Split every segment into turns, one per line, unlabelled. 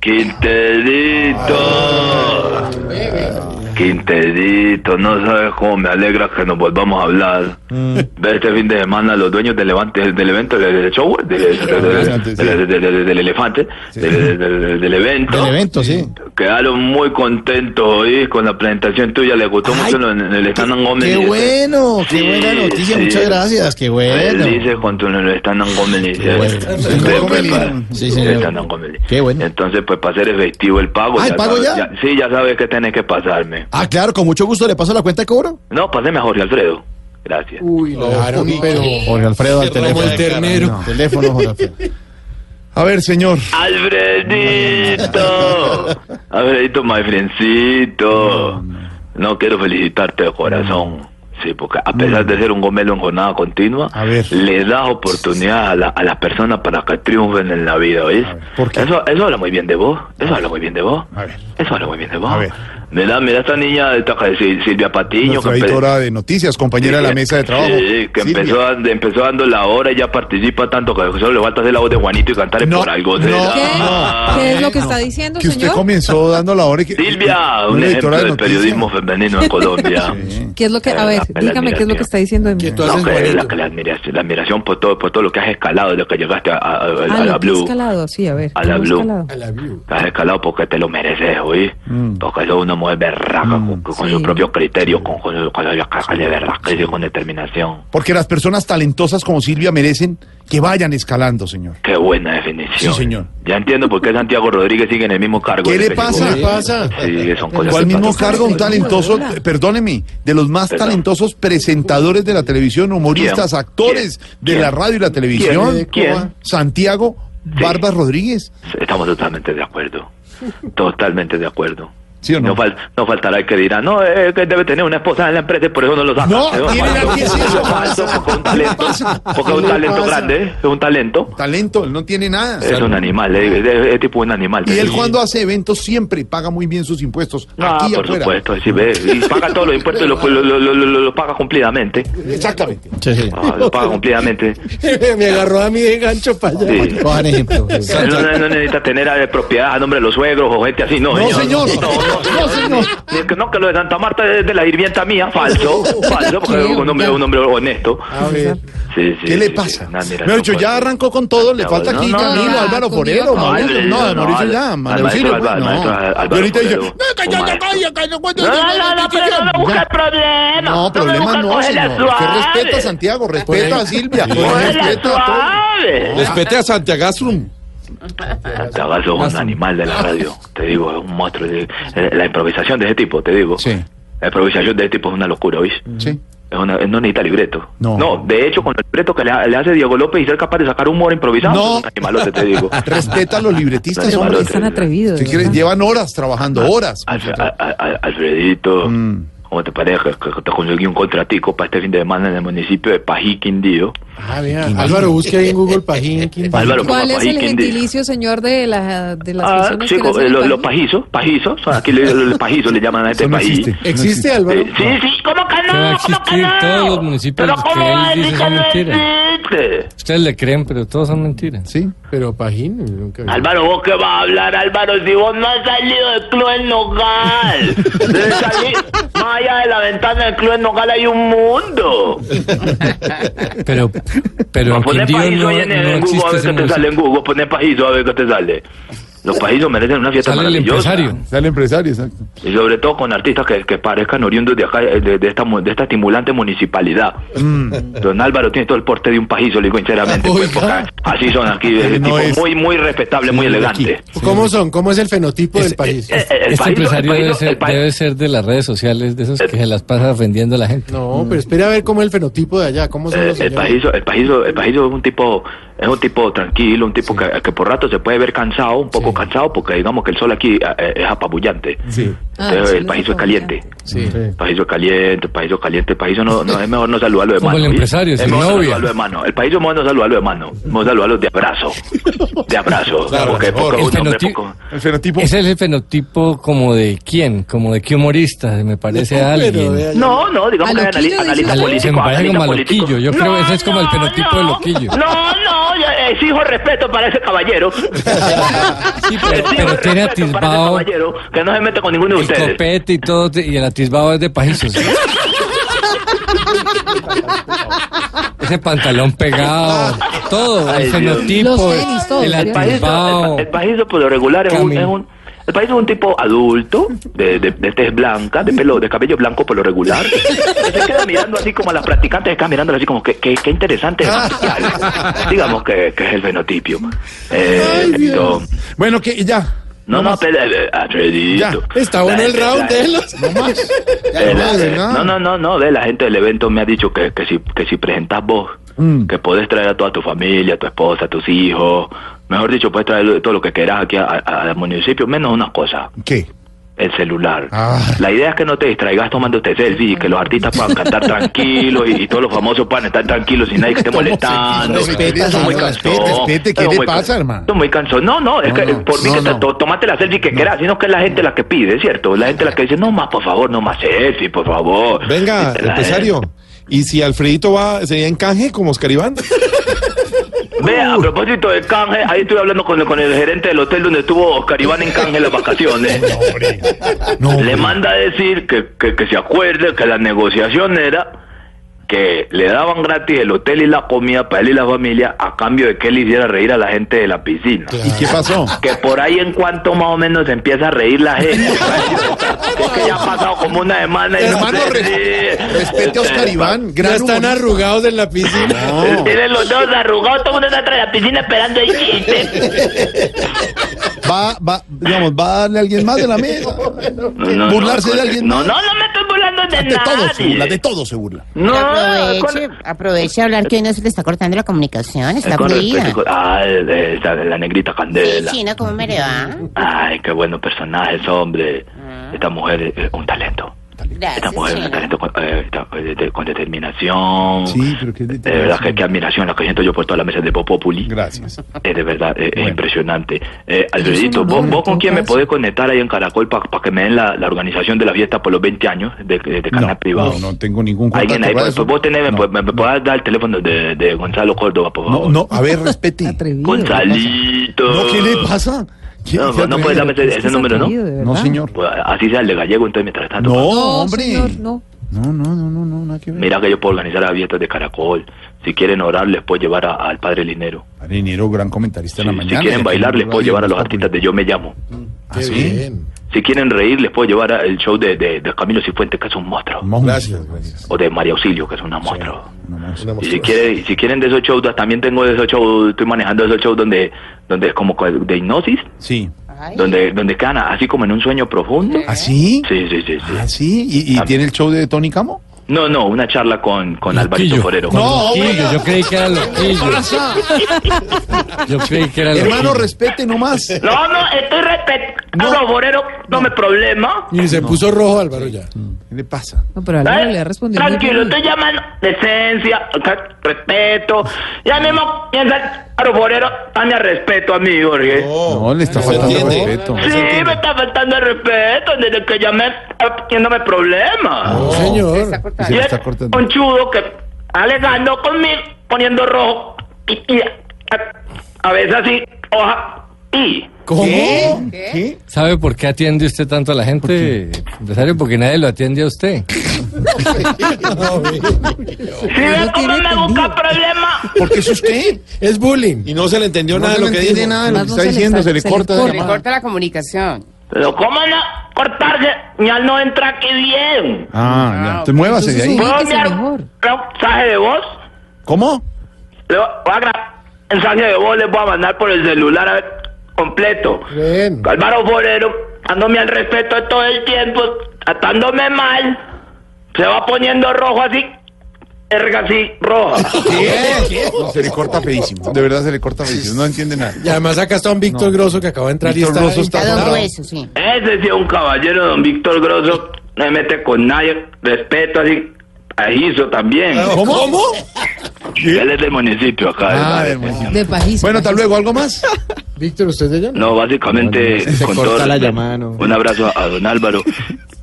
Quinterito, Quinterito, no sabes cómo me alegra que nos volvamos a hablar.
Mm.
Ve este fin de semana los dueños del levante, del evento, del show, del, del- del- del- del- del elefante, del, del- del evento,
El evento, sí.
quedaron muy contentos hoy con la presentación tuya. Les gustó
Ay,
mucho lo- en el Stand Gómez.
Qué
Dice,
bueno, qué
Sí,
buena noticia,
sí.
muchas gracias, qué bueno.
Felices con tu el Stand Gómez. Dice,
bueno.
entonces,
Stand
pues,
Gómez.
para-
Sí, señor.
Stand Gómez.
Qué bueno.
Entonces, pues para ser efectivo el pago.
Ah, ¿el pago
sabes-
ya?
Sí, ya sabes que tenés que pasarme.
Ah, claro, con mucho gusto le paso la cuenta de cobro.
No, paseme a Jorge Alfredo. Gracias.
Claro, pero Jorge Alfredo al teléfono.
el ternero.
No, teléfono, Jorge Alfredo.
A ver, señor.
¡Alfredito! Alfredito, my friendcito. No quiero felicitarte de corazón. Sí, porque a pesar de ser un gomelo en jornada continua,
A ver.
le das oportunidad a, la- a las personas para que triunfen en la vida, ¿oís?
A ver, ¿por qué?
Eso, eso habla muy bien de vos. Eso habla muy bien de vos.
A ver.
Eso habla muy bien de vos.
A ver.
Mira, mira esta niña, esta, Sil- Silvia Patiño.
Nuestra
que empe-
editora de noticias, compañera de la mesa de trabajo.
Sí, que
Silvia.
empezó, dando- empezó dando la hora y ya participa tanto que solo le falta hacer la voz de Juanito y cantar
No,
por algo.
no,
será.
¿Qué?
Ah,
¿Qué es lo que
no.
está diciendo,
Que usted
señor?
comenzó dando la hora y que.
Silvia, un ejemplo
Una editora de
del
noticias.
periodismo femenino en Colombia.
¿Qué es lo que, a ver,
Me la
dígame qué es lo
admiración.
que está diciendo de mí?
No, que la, que la admiración, la admiración por todo, por todo lo que has escalado, de lo que llegaste a, a- a- a la
Ah, lo que he
Blue.
escalado, sí, a ver.
A
¿qué
la
lo he
Blue.
escalado?
Que has escalado porque te lo mereces, oí.
Mm.
Porque sos una mujer berraca con, con
sí.
su propio criterio, con, con, con, la caja de berraca y con determinación.
Porque las personas talentosas como Silvia merecen que vayan escalando, señor.
Qué buena definición.
Sí, señor.
Ya entiendo por qué Santiago Rodríguez sigue en el mismo cargo.
¿Qué
Ese
le
que
pasa?
llegó.
pasa?
Sí, que son cosas
¿Cuál
que
mismo
pasan.
cargo un talentoso,
Hola.
perdóneme, de los más
Perdón.
talentosos presentadores de la televisión, humoristas,
¿Quién?
actores de
¿Quién?
la radio y la televisión?
¿Quién?
Santiago Barbas Rodríguez.
Estamos totalmente de acuerdo. Totalmente de acuerdo.
¿Sí o no?
No, fal- no faltará el que dirá, no, es que debe tener una esposa en la empresa y por eso no lo saca.
No,
Eso es
¿quién era?
falso,
¿Qué es eso?
falso, porque es un talento, porque es un
¿Qué le
talento
pasa?
grande, ¿eh? es un talento.
Talento, él no tiene nada.
Es un animal, eh, es, es tipo un animal.
Y él
Sí.
cuando hace eventos siempre paga muy bien sus impuestos.
Ah,
aquí y
por
afuera.
supuesto, sí, ve, y paga todos los impuestos y los lo, lo- lo- lo- lo paga cumplidamente.
Exactamente.
Sí, sí.
Ah, lo paga cumplidamente.
Me agarró a mí de gancho para allá.
Sí.
Cojan ejemplo.
No, no, no necesita tener eh, propiedad a nombre de los suegros o gente así, no.
No, señor.
No, no,
No, señor.
Ni es que No, que lo de Santa Marta es de la hirvienta mía, falso, falso, porque es un hombre, un hombre honesto.
A ver,
Sí, sí,
Ah, ¿qué le
sí,
pasa?
sí,
Me
nada, mira,
ha dicho,
no,
ya
pues,
arrancó con todo, le falta
no,
aquí
no,
Camilo,
no,
Álvaro
no,
Forero,
no,
Mauricio,
no,
no,
no,
Mauricio
al-
ya,
al
María
maestro
Auxilio,
Álvaro,
bueno,
maestro
no.
Álvaro
Y ahorita
Forero,
dice, no, que
un
yo no
maestro.
caigo, que no cuento
No,
que
no, no, pero no me busca el problema.
No,
me busca
problema no,
cogerla
señor. Que
suave.
respeta a Santiago, respeta a Silvia,
Cógela
respeta a todos.
suave.
Respete a Santiago Astrum.
Tagazo es un animal de la radio, te digo, es un monstruo. de- eh, La improvisación de ese tipo, te digo.
Sí.
La improvisación de ese tipo es una locura, ¿oís?
Sí.
Es una- no necesita libreto.
No.
de hecho, con el libreto que le, ha- le hace Diego López y ser capaz de sacar humor improvisado,
No.
es un animalote, te digo.
Respeta a los libretistas,
Pero
Pero
Al-
hombre.
¿por qué
otro.
están atrevidos?
Si
de
quieren,
verdad?
llevan horas trabajando, horas. Mm.
Alfre- a- a- a- Alfredito, ¿cómo te parece que, que te conseguí un contratico para este fin de semana en el municipio de Pají, Quindío?
Álvaro, busque ahí en Google Pajín. ¿quién-
Álvaro,
¿Cuál
como
es el
Pají, Quindío.
gentilicio, señor, de, la, de las
Ah,
personas
chico,
que
eh,
nacen
los
en
los
Pajín?
pajizos, pajizos, son aquí los, los pajizos le llaman a este
Eso no
país.
existe.
¿Existe Álvaro?
Sí, sí, sí, ¿cómo que
va a
no? ¿Cómo que
existir?
no?
Todos los municipios
Pero
que
¿cómo
él
va a decir
dice
que
son
no
mentiras.
existe?
Ustedes le creen, pero todos son mentiras.
Sí.
Pero Pajín. nunca vi.
Álvaro, ¿vos qué vas a hablar, Álvaro? Si vos no has salido del Club El Nogal. Debes salir. Más allá de la ventana del Club El Nogal hay un mundo.
Pero, pero en
poner
Quindío
pajizo
no,
ahí en, el
no
Google, a
existe
ver
ese
qué te
municipio.
sale en Google. Poner pajizo, a ver qué te sale. Los pajizos merecen una fiesta
Sale el
maravillosa.
empresario.
Sale empresario, exacto.
Y sobre todo con artistas que, que parezcan oriundos de acá, eh, de, de esta, mu- de esta estimulante municipalidad. Don Álvaro tiene todo el porte de un pajizo, le digo sinceramente. pues,
Mm. Oiga.
porque así son aquí, de
Pero no
tipo
es.
muy, muy respetable, muy
Sí, de
elegante.
aquí.
¿Cómo son? ¿Cómo es el fenotipo del país?
Eh, eh, el
Este
pajizo- el
empresario
pajizo-
debe
el eh,
ser,
pajizo-
debe ser de las redes sociales, de esos que se las pasa ofendiendo a la gente.
No, pero espera a ver cómo es el fenotipo de allá. ¿Cómo son
Eh,
los
el
señores?
pajizo, el pajizo, el pajizo es un tipo, es un tipo tranquilo, un tipo que, que por rato se puede ver cansado, un poco cansado, porque digamos que el sol aquí eh, es apabullante.
Sí.
Ah,
Entonces,
sí,
eh, el
lo
país es
saco,
caliente.
Sí.
El país es caliente, el país es caliente, el país no, no, es mejor no saludarlo de
Como
mano.
el
¿sí?
empresario,
es
sin
mejor no
novia.
saludarlo de mano. El país es mejor no saludarlo de mano, vamos a saludarlo de abrazo. De abrazo.
Claro,
porque
mejor.
porque
El
un hombre
fenoti-
poco-
El fenotipo.
Ese es el fenotipo como de quién, como de qué humorista, me parece a alguien.
No, no, digamos que
Maloquillo,
anali-
dice
analista
usted.
Se me
político.
parece
analista
como a
político.
Loquillo. Yo creo que ese es como el fenotipo de Loquillo.
No, no, yo exijo respeto para ese caballero. Eh,
Sí, pero,
Exijo
pero tiene
respeto para ese
atisbado
caballero que no se mete con ninguno de
el
ustedes.
copete y todo, y el atisbado es de pajizos. Ese pantalón pegado, todo,
Ay,
el
Dios.
fenotipo,
Los tenis, todo,
el
¿no? El
país,
atisbado.
el, el pajizo, por lo regular es un,
Cami.
es un- el país es un tipo adulto de, de, de tez blanca de pelo de cabello blanco por lo regular que se queda mirando así como a las practicantes se queda mirando así como que, que, que interesante es material. digamos que, que es el fenotipio eh, esto-
Bueno, que ya.
no, no, pero, eh, Alfredito.
Ya,
Está bueno
La
el
gente-
round
la-
de los.
eh, la-
no, de
eh,
nada.
no, no, no, no, ve, la gente del evento me ha dicho que, que si, que si presentas vos, que podés traer a toda tu familia, a tu esposa, a tus hijos, mejor dicho, puedes traer todo lo que querás aquí a- a- al municipio, menos una cosa,
¿Qué?
el celular.
Ah.
La idea es que no te distraigas tomándote selfies y que los artistas puedan cantar tranquilos y, y todos los famosos puedan estar tranquilos sin nadie que esté molestando.
Respeta,
Eso es muy
señor,
cansón.
respete, respete,
Eso
¿qué
es
le
muy
pasa,
cansón.
hermano?
Eso es muy cansón. No, no, es que por mí que to- to- tomate la selfie que quieras, sino que es la gente la que pide, ¿cierto? La gente la que dice, no más, por favor, no más selfie, por favor. Este,
Venga,
La gente-
empresario. Y si Alfredito va, sería en canje como Oscar Iván.
Ve, a propósito de canje, ahí estuve hablando con, con el gerente del hotel donde estuvo Oscar Iván en canje las vacaciones. le manda a decir que, que, que se acuerde que la negociación era que le daban gratis el hotel y la comida para él y la familia a cambio de que él hiciera reír a la gente de la piscina.
¿Y qué pasó?
Que por ahí en cuanto más o menos empieza a reír la gente. Porque ya ha pasado como una semana. y no
Hermano,
se
res-
ríe. Este,
Respete a Oscar Iván.
Ya
Gran
están
humorista.
arrugados en la piscina.
No.
Tienen los dedos arrugados, todo el mundo está atrás de la piscina esperando el chiste.
Va, va, digamos, va a darle a alguien más de la mesa.
No, no,
Burlarse
no,
de alguien
No,
más.
no, no me estoy burlando de
De todo se burla,
nadie.
de todo se burla.
No,
aproveche,
con-
aproveche a hablar que hoy no se le está cortando la comunicación, está
con
fría.
respeto, con- Ah, el- el- la, eh, la negrita
Sí,
Candela.
China, ¿cómo me le va?
Ay, qué bueno personaje ese hombre. Esta mujer es eh, un talento. Esta
Ah. Gracias,
mujer es un
China.
talento con, eh, esta- eh, de- con determinación.
Sí, pero qué
De verdad, qué, qué admiración la que siento yo por toda la mesa de Popopuli.
Gracias.
Es de verdad, eh, es impresionante. Eh, Alfredito,
un
¿vos, vos
honor, en
con
todo
quién me
caso.
podés conectar ahí en Caracol para que me den la, la organización de la fiesta por los 20 años de, de, de canal
No,
privado?
no, no tengo ningún contacto.
Alguien ahí,
para
pues,
eso.
vos tenés,
No.
pues, me, me podés dar el teléfono de, de Gonzalo Córdoba, por favor.
No, no, a ver, respete.
Atrevido.
Gonzalito.
No, ¿qué le pasa? ¿Qué-
No,
qué
no puede darme
atrevido?
ese, ese
Es
número, ¿no?
atrevido, de verdad.
No, señor.
Pues, así sea el de gallego, entonces mientras tanto. pues,
No,
No,
hombre.
señor, no.
No, no, no, no, no, nada que ver.
Mira que yo puedo organizar las fiestas de caracol. Si quieren orar, les puedo llevar a- al padre Linero.
Arenero, gran comentarista en la
Si, si
mañana.
quieren bailar, les
les
puedo llevar a los artistas de Yo Me Llamo.
¿Ah, sí?
Si quieren reír, les puedo llevar al show de, de, de Camilo Cifuentes, que es un monstruo.
Gracias, gracias.
O de María Auxilio, que es una monstruo.
No, no, sí.
Y si, quiere- y si quieren de esos shows, también tengo de esos shows, estoy manejando esos shows donde, donde es como de hipnosis,
Sí. ¿Ah,
Ay,
donde, donde quedan así como en un sueño profundo.
¿Eh?
¿Así?
Sí, sí, sí, sí.
¿Así? ¿Y, y
Ah.
tiene el show de Tony Camo?
No, no, una charla con, con Alvarito
Loquillo.
Forero.
Loquillo, yo creí que era loquillo. Yo creí que era
Hermano,
loquillo.
respete nomás.
No, no, estoy respetando, Forero, no, me problema.
Y se puso rojo Álvaro ya.
¿Qué le pasa?
No, pero Álvaro
¿Eh?
le ha respondido. muy
Tranquilo,
bien.
te llaman decencia, re- respeto. Ya mismo piensa, claro, Forero, dame al respeto a mí, Jorge.
No, le está
no se
faltando
entiende.
respeto.
sí, me está faltando el respeto desde que llamé, haciéndome problemas.
No, señor.
Se
Y
le
el
está cortando.
conchudo que alegando conmigo, poniendo rojo y, y a, a veces así, hoja y.
¿Cómo?
¿Qué? ¿Qué?
¿Sabe por qué atiende usted tanto a la gente, empresario? Porque nadie lo atiende a usted.
Si ven
no
cómo
tiene
me busca
entendido.
problemas.
¿Por qué es usted?
Es bullying. Y no se le entendió
No
nada
se
de
le
lo que
entiende
dijo.
nada de lo
Más
que
no
está
se le
diciendo,
sa-
se le
se le
corta la
corta.
le
llamada.
corta la comunicación.
Pero cómo no cortarse, ya no entra aquí bien.
Ah, ya. Entonces muévase de ahí.
Entonces,
¿Puedo
Ubíquese
enviar
mejor.
un mensaje de voz?
¿Cómo?
Le voy voy a grabar un mensaje de voz, les voy a mandar por el celular a ver, completo.
Bien.
Álvaro Forero, dándome al respeto todo el tiempo, tratándome mal, se va poniendo rojo así, verga así roja.
No, se le corta feísimo. De verdad se le corta feísimo. No entiende nada.
Y además acá está un Víctor Grosso que acaba de entrar y
Víctor
está...
Grosso está
Está
bravo.
don Grueso, sí.
Ese sí es un caballero, don Víctor Grosso. No se mete con nadie. Respeto así. A hizo también.
¿Cómo?
Él es del municipio acá.
Ah,
¿verdad?
del municipio.
De pajizo.
Bueno, hasta luego. ¿Algo más?
Víctor, ¿usted es de allá?
No, básicamente,
se
con
corta
todo
la
respeto,
llamada, ¿no?
un abrazo a, a don Álvaro,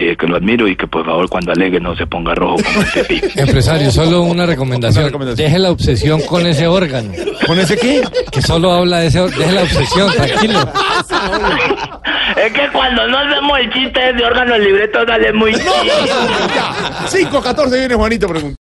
eh, que lo admiro y que por favor cuando alegue no se ponga rojo como este tipo.
Empresario, solo una recomendación.
Una recomendación.
Deje la obsesión con ese órgano.
¿Con ese qué?
Que solo habla de ese órgano. Deje la obsesión, tranquilo.
es que cuando no hacemos el chiste de órgano, el libreto sale muy chido.
5.14 viene Juanito preguntando.